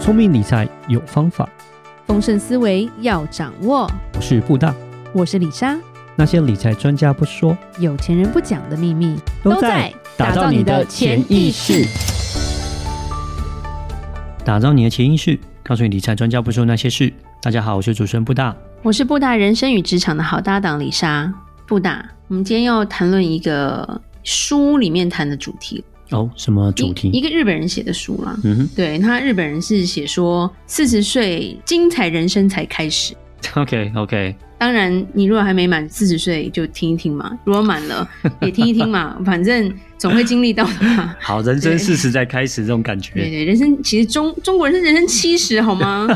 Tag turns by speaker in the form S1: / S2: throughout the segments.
S1: 聪明理财有方法，
S2: 丰盛思维要掌握。
S1: 我是布大。
S2: 我是李莎，
S1: 那些理财专家不说，
S2: 有钱人不讲的秘密
S1: 打造你的潜意识，，打造你的潜意识，告诉你理财专家不说那些事。大家好，我是主持人布大。
S2: 我是布达人生与职场的好搭档李莎。布达，我们今天要谈论一个书里面谈的主题，
S1: 哦，什么主
S2: 一一
S1: 题？
S2: 个日本人写的书啦。
S1: 嗯哼
S2: 对他，日本人是写说四十岁精彩人生才开始。
S1: ，OK OK，
S2: 当然，你如果还没满四十岁，就听一听嘛；如果满了，也听一 听嘛。反正总会经历到的嘛。
S1: 好，人生
S2: 对
S1: 四十再开始这种感
S2: 对
S1: 觉。
S2: 对，人生其实中中国人是 人生七十好吗？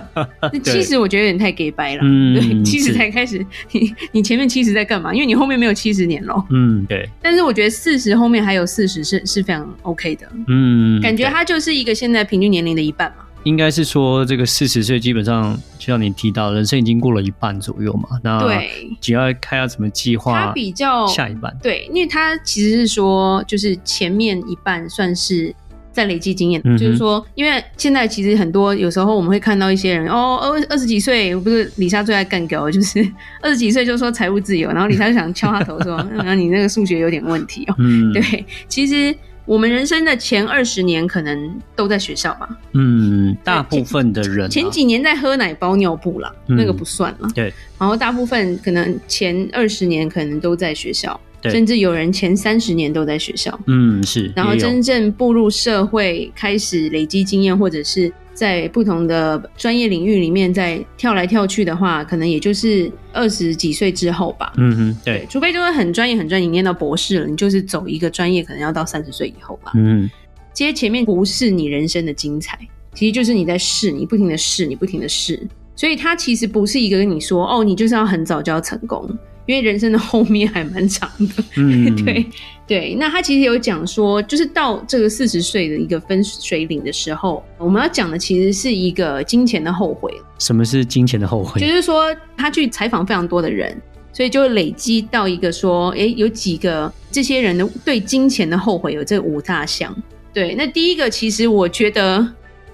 S2: 那七十我觉得有点太 gay 白了。
S1: 嗯
S2: 对，七十
S1: 是
S2: 才开始，你你前面七十在干嘛？因为你后面没有七十年咯。
S1: 嗯，对，
S2: 但是我觉得四十后面还有四十是是非常 OK 的，
S1: 嗯，
S2: 感觉
S1: 对
S2: 它就是一个现在平均年龄的一半嘛。
S1: 应该是说这个四十岁基本上，就像你提到，人生已经过了一半左右嘛。那
S2: 对，
S1: 只要看要怎么计
S2: 它
S1: 划
S2: 比较
S1: 啊下一半。
S2: 对，因为它其实是说，就是前面一半算是。在累积经验，
S1: 嗯哼
S2: 就是说，因为现在其实很多有时候我们会看到一些人哦，二二十几岁，不是李莎最爱干狗，就是 二十几岁就说财务自由，然后李莎就想敲他头说， 那、你那个数学有点问题哦。
S1: 嗯，
S2: 对，其实我们人生的前二十年可能都在学校吧，
S1: 嗯，大部分的人啊
S2: 前几年在喝奶包尿布啦，
S1: 嗯
S2: 那个不算啦。
S1: 对，
S2: 然后大部分可能前二十年可能都在学校，
S1: 对
S2: 甚至有人前三十年都在学校，
S1: 嗯是，
S2: 然后
S1: 也有
S2: 真正步入社会，开始累积经验，或者是在不同的专业领域里面再跳来跳去的话，可能也就是二十几岁之后吧。
S1: 嗯哼对，
S2: 除非就是很专业、很专业，你念到博士了，你就是走一个专业，可能要到三十岁以后吧。
S1: 嗯
S2: 其实前面不是你人生的精彩，其实就是你在试，你不停的试，你不停的试。所以它其实不是一个跟你说哦，你就是要很早就要成功，因为人生的后面还蛮长的。
S1: 嗯
S2: 对对，那他其实有讲说，就是到这个四十岁的一个分水岭的时候，我们要讲的其实是一个金钱的后悔，
S1: 什么是金钱的后悔？
S2: 就是说他去采访非常多的人。所以就累积到一个说，诶，有几个这些人的对金钱的后悔有这五大项。对，那第一个其实我觉得，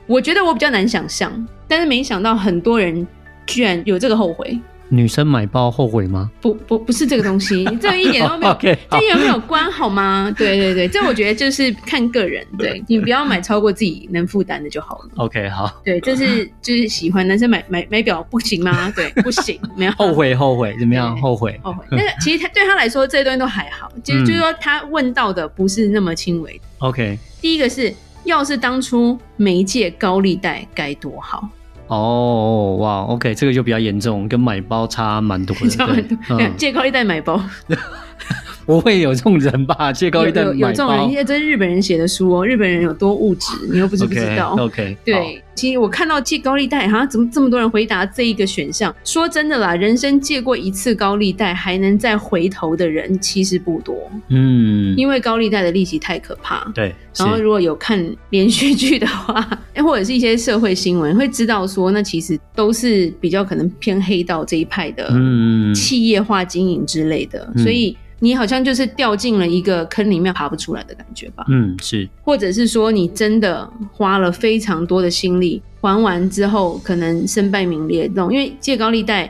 S2: 我觉得我比较难想象，但是没想到很多人居然有这个后 悔。
S1: 女生买包后悔吗？
S2: 不不不是这个东西，这个一点都没有
S1: OK，好
S2: 这有没有关好吗？对对对，这我觉得就是看个人，对你不要买超过自己能负担的就好了。
S1: OK 好，
S2: 对，这是就是喜欢男生买买买表不行吗？对，不行，没有
S1: 后悔后悔怎么样？
S2: 对
S1: 后悔
S2: 后哦悔。那 个其实他对他来说，这些东西都还好，其实
S1: 嗯
S2: 就是说他问到的不是那么轻微。
S1: OK
S2: 第一个是，要是当初没借高利贷该多好，
S1: 哦哇 OK 这个就比较严重，跟买包差蛮多的。
S2: 你知道吗
S1: 对？嗯，
S2: 借高利贷买包，
S1: 不会有这种人吧？借高利贷
S2: 有有有
S1: 买
S2: 这种
S1: 包
S2: 人，因为这是日本人写的书哦，日本人有多物质，你又不是不知
S1: OK
S2: 道。
S1: OK
S2: 对，其实我看到借高利贷，好像怎么这么多人回答这一个选项？说真的啦，人生借过一次高利贷还能再回头的人其实不多，
S1: 嗯
S2: 因为高利贷的利息太可怕。
S1: 对，
S2: 然后
S1: 是
S2: 如果有看连续剧的话， 哎，或者是一些社会新闻，会知道说，那其实都是比较可能偏黑道这一派的
S1: 嗯
S2: 企业化经营之类的，
S1: 嗯
S2: 所以你好像就是掉进了一个坑里面爬不出来的感觉吧。
S1: 嗯是
S2: 或者是说你真的花了非常多的心力，还完之后可能身败名裂这种，因为借高利贷，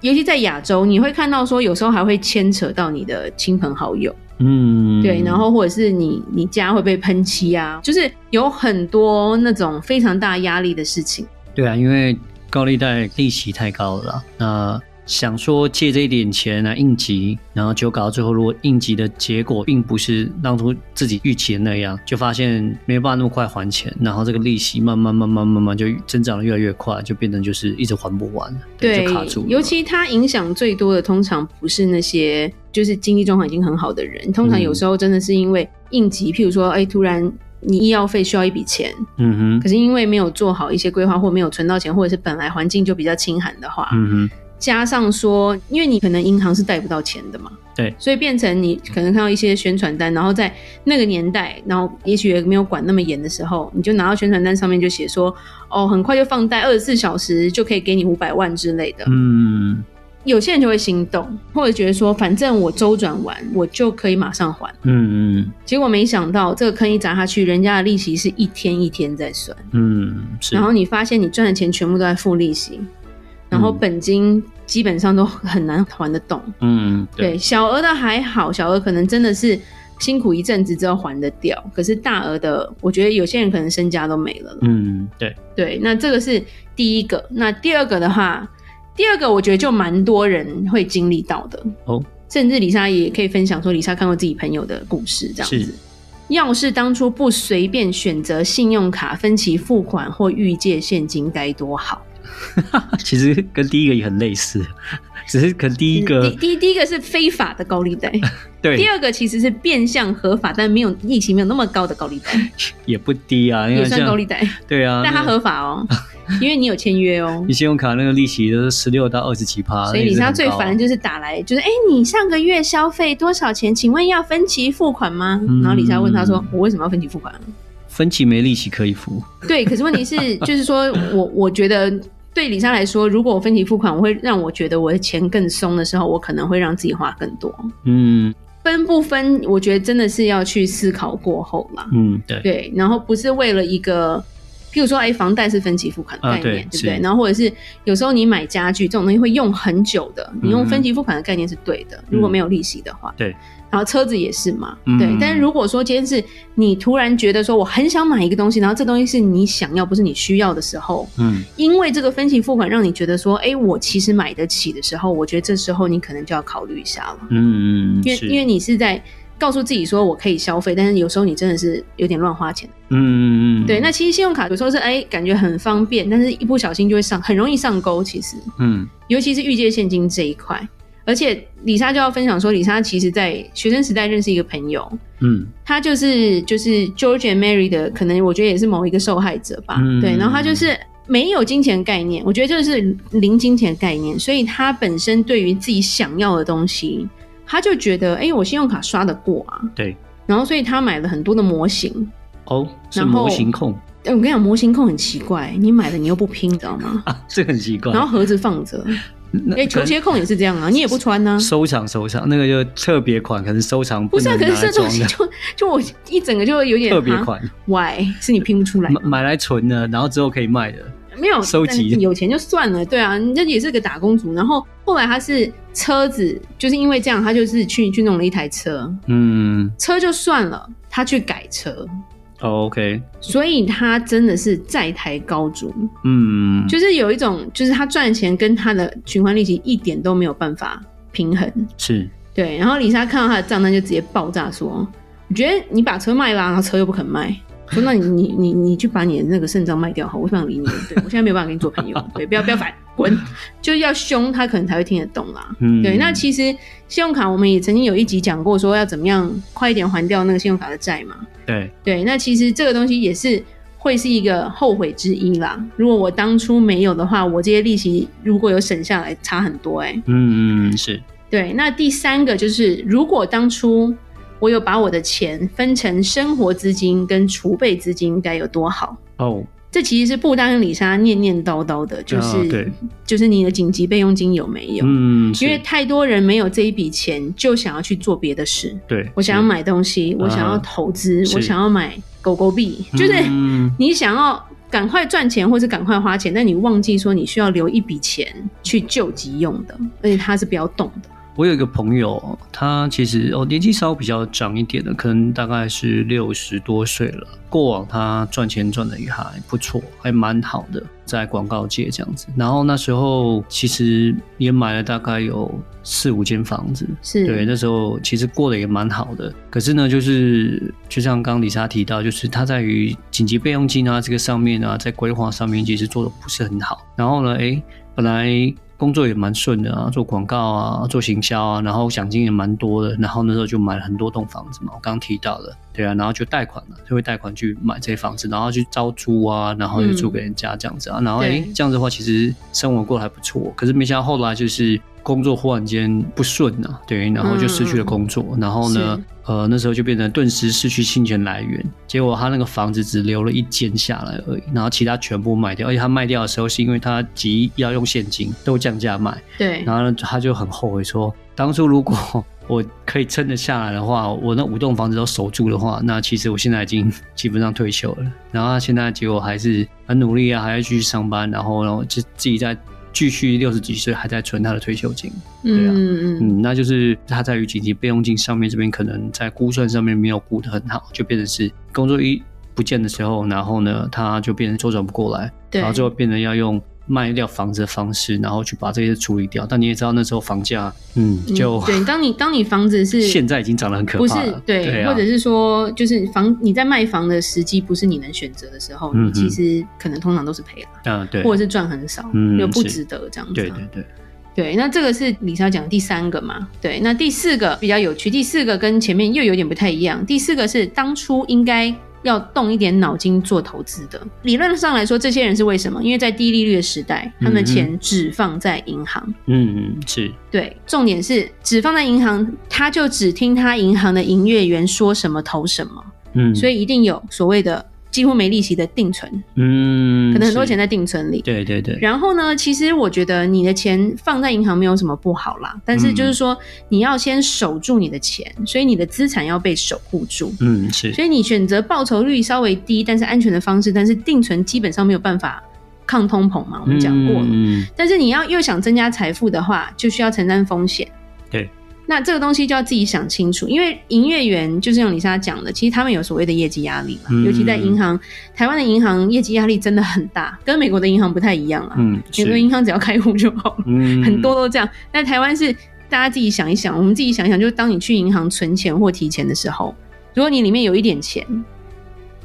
S2: 尤其在亚洲，你会看到说有时候还会牵扯到你的亲朋好友，
S1: 嗯
S2: 对，然后或者是你你家会被喷漆啊，就是有很多那种非常大压力的事情。
S1: 对啊，因为高利贷利息太高了啦，那想说借这一点钱来应急，然后就搞到最后，如果应急的结果并不是当初自己预期的那样，就发现没办法那么快还钱，然后这个利息慢慢慢慢慢慢就增长的越来越快，就变成就是一直还不完，
S2: 对
S1: 就卡住，了。
S2: 尤其它影响最多的，通常不是那些就是经济状况已经很好的人，通常
S1: 嗯
S2: 有时候真的是因为应急，譬如说，哎，突然你医药费需要一笔钱，
S1: 嗯
S2: 可
S1: 哼，
S2: 是因为没有做好一些规划，或没有存到钱，或者是本来环境就比较清寒的话，
S1: 嗯哼，
S2: 加上说，因为你可能银行是贷不到钱的嘛，
S1: 对
S2: 所以变成你可能看到一些宣传单，然后在那个年代，然后也许也没有管那么严的时候，你就拿到宣传单上面就写说，哦，很快就放贷，二十四小时就可以给你五百万之类的。
S1: 嗯
S2: 有些人就会心动，或者觉得说，反正我周转完，我就可以马上还。
S1: 嗯嗯
S2: 结果没想到这个坑一砸下去，人家的利息是一天一天在算，
S1: 嗯，是
S2: 然，后你发现你赚的钱全部都在付利息，然后
S1: 嗯
S2: 本金基本上都很难还得动。
S1: 嗯对，
S2: 对，小额的还好，小额可能真的是辛苦一阵子之后还得掉。可是大额的，我觉得有些人可能身家都没了。
S1: 嗯对，
S2: 对，那这个是第一个。那第二个的话，第二个我觉得就蛮多人会经历到的
S1: 哦。
S2: 甚至李莎也可以分享说，李莎看过自己朋友的故事，这样
S1: 是
S2: 子。要是当初不随便选择信用卡分期付款或预借现金，该多好！
S1: 其实跟第一个也很类似，只是可能第一个
S2: 第第第一个是非法的高利贷，第
S1: 对
S2: 二个其实是变相合法，但没有利息没有那么高的高利 贷，
S1: 也不低啊，因
S2: 也
S1: 为
S2: 算高利
S1: 像
S2: 贷，
S1: 对啊，
S2: 但它
S1: 那
S2: 合 法哦，因为你有签约哦
S1: 你。信用卡那个利息都是十六到二十几趴，
S2: 所以李莎最烦
S1: 就
S2: 就是打来，就是哎、你上个月消费多少钱？请问要分期付款吗？
S1: 嗯
S2: 然后李莎问他说：“我为什么要分期付款啊、
S1: 分期没利息可以付，
S2: 对，可是问 题是，就是说我我觉得对李莎来说，如果我分期付款，我会让我觉得我的钱更松的时候，我可能会让自己花更多。
S1: 嗯
S2: 分不分，我觉得真的是要去思考过后啦。
S1: 嗯对，
S2: 对，然后不是为了一个，譬如说，哎，房贷是分期付款的
S1: 啊
S2: 概念，
S1: 对
S2: 对不对？
S1: 是
S2: 然后或者是有时候你买家具这种东西会用很久
S1: 嗯
S2: 的，你用分期付款的概念是对的，如果没有利息的话，
S1: 对。
S2: 然后车子也是嘛，
S1: 嗯
S2: 对。但是如果说今天是你突然觉得说我很想买一个东西，然后这东西是你想要，不是你需要的时候，
S1: 嗯
S2: 因为这个分期付款让你觉得说，哎，我其实买得起的时候，我觉得这时候你可能就要考虑一下了。
S1: 嗯嗯，
S2: 因为
S1: 是
S2: 因为你是在告诉自己说我可以消费，但是有时候你真的是有点乱花钱。
S1: 嗯嗯嗯
S2: 对，那其实信用卡有时候是哎、感觉很方便，但是一不小心就会上，很容易上钩。其实，
S1: 嗯
S2: 尤其是预借现金这一块，而且李莎就要分享说，李莎其实在学生时代认识一个朋友，
S1: 嗯
S2: 他就是就是 George and Mary 的，可能我觉得也是某一个受害者吧。
S1: 嗯
S2: 对，然后他就是没有金钱概念，我觉得这是零金钱概念，所以他本身对于自己想要的东西，他就觉得，哎、我信用卡刷得过啊，
S1: 对，
S2: 然后所以他买了很多的模型。
S1: 哦是
S2: 然后
S1: 模型控
S2: 哎、我跟你讲，模型控很奇怪，你买了你又不拼，你知道吗？
S1: 啊，这很奇怪。
S2: 然后盒子放着，
S1: 那
S2: 哎、球鞋控也是这样啊，你也不穿呢、啊。
S1: 收藏收藏，那个就特别款，可能收藏
S2: 不是
S1: 能
S2: 啊，
S1: 拿
S2: 可是
S1: 来
S2: 这东
S1: 装
S2: 西啊
S1: 的。
S2: 就就我一整个就有点
S1: 特别
S2: 哈
S1: 款，
S2: ，why 是你拼不出来
S1: 买
S2: 吗？
S1: 买来存的，然后之后可以卖的。
S2: 没有
S1: 收集
S2: 但有钱就算了，对啊，人家也是个打工族。然后后来他是车子，就是因为这样，他就是去去弄了一台车，
S1: 嗯
S2: 车就算了，他去改车，
S1: 哦，OK，
S2: 所以他真的是债台高筑，
S1: 嗯，
S2: 就是有一种就是他赚钱跟他的循环利息一点都没有办法平衡。
S1: 是
S2: 对，然后李莎看到他的账单就直接爆炸说：“我觉得你把车卖啦，然后车又不肯卖。”说：“那你 你你你去把你的那个肾脏卖掉好，我不想理你。对我现在没有办法跟你做朋友， 对，不要不要烦，滚！ 就是要凶他，可能才会听得懂啦。
S1: 嗯，
S2: 对，那其实信用卡我们也曾经有一集讲过，说要怎么样快一点还掉那个信用卡的债嘛。
S1: 对，
S2: 对，那其实这个东西也是会是一个后悔之一啦。如果我当初没有的话，我这些利息如果有省下来，差很多哎、
S1: 嗯嗯是，
S2: 对，那第三个就是，如果当初我有把我的钱分成生活资金跟储备资金，该有多好！
S1: 哦，
S2: 这其实是布丹跟李莎念念叨叨的，就是、
S1: 啊对
S2: 就是你的紧急备用金有没有？
S1: 嗯，是
S2: 因为太多人没有这一笔钱，就想要去做别的事。
S1: 对，
S2: 我想要
S1: 是，啊
S2: 买东西，我想要投资，
S1: 是
S2: 我想要买狗狗币， 就是
S1: 嗯
S2: 你想要赶快赚钱或是赶快花钱，但你忘记说你需要留一笔钱去救急用的，而且它是不要动的。
S1: 我有一个朋友，他其实哦年纪稍微比较长一点的，可能大概是六十多岁了。过往他赚钱赚的也还不错，还蛮好的，在广告界这样子。然后那时候其实也买了大概有四五间房子，
S2: 是
S1: 对，那时候其实过得也蛮好的。可是呢，就是就像刚刚李莎提到，就是他在于紧急备用金啊这个上面啊，在规划上面其实做的不是很好。然后呢，诶，本来工作也蛮顺的啊，做广告啊，做行销啊，然后奖金也蛮多的。然后那时候就买了很多栋房子嘛，我刚刚提到的，对啊，然后就贷款了，就会贷款去买这些房子，然后去招租啊，然后就租给人家这样子啊。然后诶，
S2: 嗯对
S1: 这样子的话，其实生活过得还不错。可是没想到后来就是工作忽然间不顺啊，对，然后就失去了工作，然后呢
S2: 是，
S1: 呃，那时候就变成顿时失去金钱来源。结果他那个房子只留了一间下来而已，然后其他全部卖掉，而且他卖掉的时候是因为他急要用现金，都降价卖，
S2: 对，
S1: 然后呢，他就很后悔说，当初如果 我可以撑得下来的话，我那五栋房子都守住的话，那其实我现在已经 基本上退休了。然后他现在结果还是很努力啊，还要继续上班，然后然后就自己在继续六十几岁还在存他的退休金。对啊
S2: 嗯嗯，
S1: 嗯，那就是他在于紧急备用金上面这边可能在估算上面没有估得很好，就变成是工作一不见的时候，然后呢，他就变成周转不过来，
S2: 对
S1: 然后最后变成要用卖掉房子的方式，然后去把这些处理掉。但你也知道那时候房价，嗯，
S2: 嗯
S1: 就、
S2: 对，当你当你房子是
S1: 现在已经涨得很可
S2: 不是
S1: 怕了，
S2: 对，
S1: 对啊
S2: 或者是说，就是房你在卖房的时机不是你能选择的时候，
S1: 嗯
S2: 你其实可能通常都是赔了，
S1: 嗯，对，
S2: 或者是赚很少，
S1: 嗯
S2: 又不
S1: 是
S2: 值得这样子啊、
S1: 对对对，
S2: 对，那这个是李莎讲的第三个嘛？对，那第四个比较有趣，第四个跟前面又有点不太一样。第四个是当初应该要动一点脑筋做投资的。理论上来说，这些人是为什么？因为在低利率的时代，他们的
S1: 嗯哼
S2: 钱只放在银行。
S1: 嗯嗯是，
S2: 对，重点是只放在银行，他就只听他银行的营业员说什么投什么，
S1: 嗯，
S2: 所
S1: 以
S2: 以一定有所谓的几乎没利息的定存，
S1: 嗯，
S2: 可能很多
S1: 是
S2: 钱，在定存里。
S1: 对对对，
S2: 然后呢，其实我觉得你的钱放在银行没有什么不好啦，但是就是说你要先守住你的钱，所以你的资产要被守护住。
S1: 嗯是，
S2: 所以你选择报酬率稍微低但是安全的方式，但是定存基本上没有办法抗通膨嘛，我们讲过了。
S1: 嗯，嗯
S2: 但是你要又想增加财富的话，就需要承担风险。
S1: 对，
S2: 那这个东西就要自己想清楚，因为营业员就是像李莎讲的，其实他们有所谓的业绩压力嘛，
S1: 嗯
S2: 尤其在银行，台湾的银行业绩压力真的很大，跟美国的银行不太一样啊。
S1: 嗯
S2: 美国
S1: 是，
S2: 银行只要开户就好了，
S1: 嗯
S2: 很多都这样。但台湾是大家自己想一想，我们自己想一想，就是当你去银行存钱或提钱的时候，如果你里面有一点钱，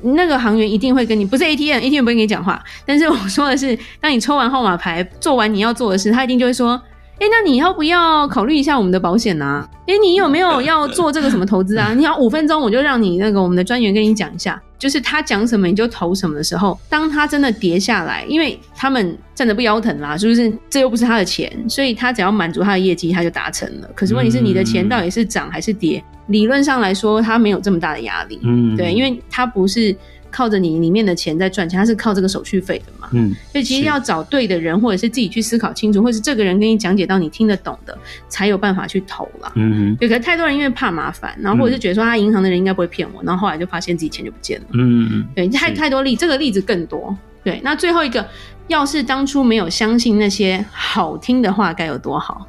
S2: 那个行员一定会跟你，不是 ATM，ATM 不会跟你讲话。但是我说的是，当你抽完号码牌，做完你要做的事，他一定就会说。哎、那你要不要考虑一下我们的保险啊？哎、你有没有要做这个什么投资啊？你要五分钟，我就让你那个我们的专员跟你讲一下，就是他讲什么你就投什么的时候，当他真的跌下来，因为他们站着不腰疼啦，是不是？这又不是他的钱，所以他只要满足他的业绩，他就达成了。可是问题是，你的钱到底是涨还是跌？理论上来说，他没有这么大的压力，
S1: 嗯
S2: 对，因为他不是靠着你里面的钱在赚钱，他是靠这个手续费的嘛。
S1: 嗯
S2: 所以其实
S1: 是
S2: 要找对的人，或者是自己去思考清楚，或是这个人跟你讲解到你听得懂的，才有办法去投啦。
S1: 嗯
S2: 对，可是太多人因为怕麻烦，然后或者是觉得说他银行的人应该不会骗我，然后后来就发现自己钱就不见了。
S1: 嗯嗯
S2: 对，太
S1: 是
S2: 太多例，这个例子更多。对，那最后一个，要是当初没有相信那些好听的话，该有多好。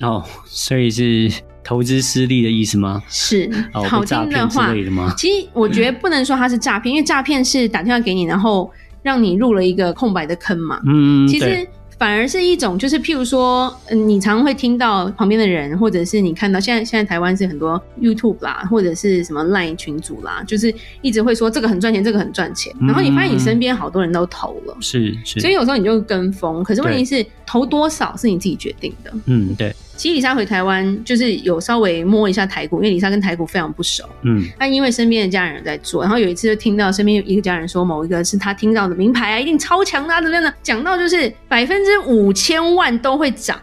S1: 哦，所以是投资失利的意思吗？
S2: 是、
S1: 哦，
S2: 好
S1: 被诈
S2: 听的
S1: 骗之
S2: 话，
S1: 类的吗？
S2: 其实我觉得不能说它是诈骗，因为诈骗是打电话给你，然后让你入了一个空白的坑嘛。
S1: 嗯，
S2: 其
S1: 对
S2: 实反而是一种，就是譬如说，嗯，你常会听到旁边的人，或者是你看到现在现在台湾是很多 YouTube 啦，或者是什么 Line 群组啦，就是一直会说这个很赚钱，这个很赚钱，然后你发现你身边好多人都投了。
S1: 是嗯是，
S2: 所以有时候你就跟风，可是问题是投多少是你自己决定的。
S1: 嗯对，
S2: 其实李莎回台湾就是有稍微摸一下台股，因为李莎跟台股非常不熟。
S1: 嗯
S2: 那因为身边的家人有在做，然后有一次就听到身边有一个家人说，某一个是他听到的名牌啊，一定超强的、啊，怎么样的，讲到就是百分之五千万都会涨。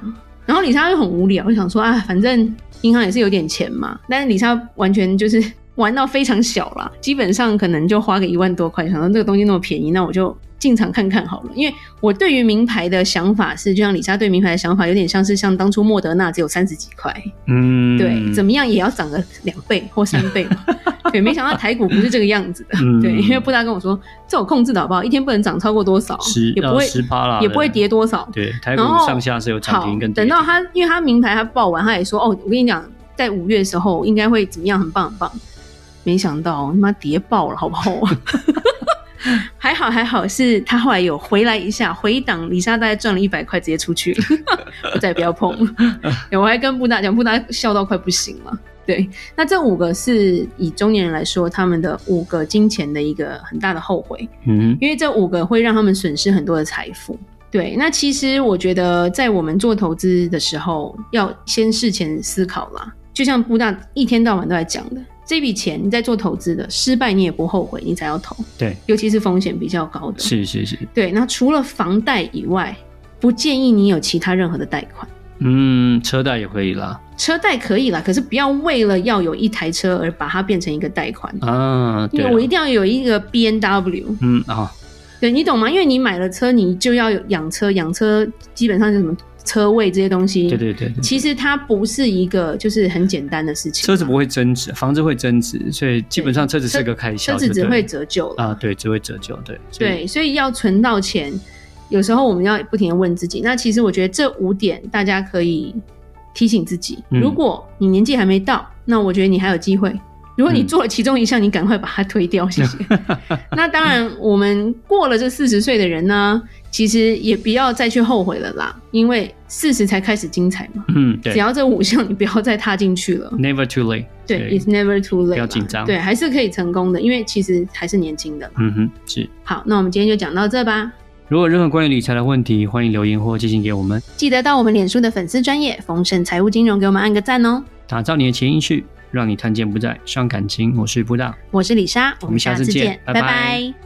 S2: 然后李莎就很无聊，就想说啊，反正银行也是有点钱嘛。但是李莎完全就是玩到非常小啦，基本上可能就花个一万多块，想到这个东西那么便宜，那我就进场看看好了。因为我对于名牌的想法是，就像李莎对名牌的想法，有点像是像当初莫德纳只有三十几块，
S1: 嗯
S2: 对，怎么样也要涨个两倍或三倍 嘛。对，没想到台股不是这个样子的。
S1: 嗯
S2: 对，因为布达跟我说，这我控制的好不好？一天不能涨超过多少，
S1: 十呃
S2: 也不会
S1: 十趴啦，
S2: 也不会跌多少。
S1: 对，台股
S2: 然后
S1: 上下是有涨
S2: 好
S1: 停跟，跌
S2: 等到
S1: 停，
S2: 他，因为他名牌他报完，他也说哦，我跟你讲，在五月的时候应该会怎么样，很棒很棒。没想到他妈跌爆了，好不好？ 还好还好，是他后来有回来一下，回档，李莎大概赚了一百块，直接出去 了，我再也不要碰了。对我还跟布达讲，布达笑到快不行了。对，那这五个是以中年人来说，他们的五个金钱的一个很大的后悔。
S1: 嗯
S2: 因为这五个会让他们损失很多的财富。对，那其实我觉得，在我们做投资的时候，要先事前思考啦。就像布大一天到晚都在讲的，这笔钱你在做投资的，失败你也不后悔，你才要投，
S1: 对，
S2: 尤其是风险比较高的。
S1: 是是是，
S2: 对，那除了房贷以外，不建议你有其他任何的贷款。
S1: 嗯，车贷也可以啦。
S2: 车贷可以啦，可是不要为了要有一台车而把它变成一个贷款，
S1: 啊，
S2: 因
S1: 对
S2: 为我
S1: 了
S2: 一定要有一个 B N W，
S1: 嗯啊、哦
S2: 对你懂吗？因为你买了车，你就要有养车，养车基本上是什么车位这些东西。
S1: 对对对对，
S2: 其实它不是一个就是很简单的事情嘛，啊
S1: 车子不会增值，房子会增值，所以基本上车子是个开销
S2: 车
S1: 就
S2: 子
S1: 对了，
S2: 只会折旧了。
S1: 啊，对，只会折旧，对，所以
S2: 对，所以要存到钱，有时候我们要不停的问自己。那其实我觉得这五点大家可以提醒自己：
S1: 嗯
S2: 如果你年纪还没到，那我觉得你还有机会；如果你
S1: 嗯
S2: 做了其中一项，你赶快把它推 掉，谢谢。那当然，我们过了这四十岁的人呢，其实也不要再去后悔了啦，因为四十才开始精彩嘛。
S1: 嗯，
S2: 只
S1: 对
S2: 要这五项你不要再踏进去了，
S1: ，never too late，
S2: 对，it's never too late，
S1: 不要
S2: 啦
S1: 紧张
S2: 对，还是可以成功的，因为其实还是年轻的。
S1: 嗯哼，是。
S2: 好，那我们今天就讲到这吧。
S1: 如果有任何关于理财的问题，欢迎留言或寄信给我们，
S2: 记得到我们脸书的粉丝专业丰盛财务金融给我们按个赞哦。
S1: 打造你的潜意识，让你看见不再伤感情。我是布大。
S2: 我是李莎，
S1: 我们下次见拜拜
S2: 拜拜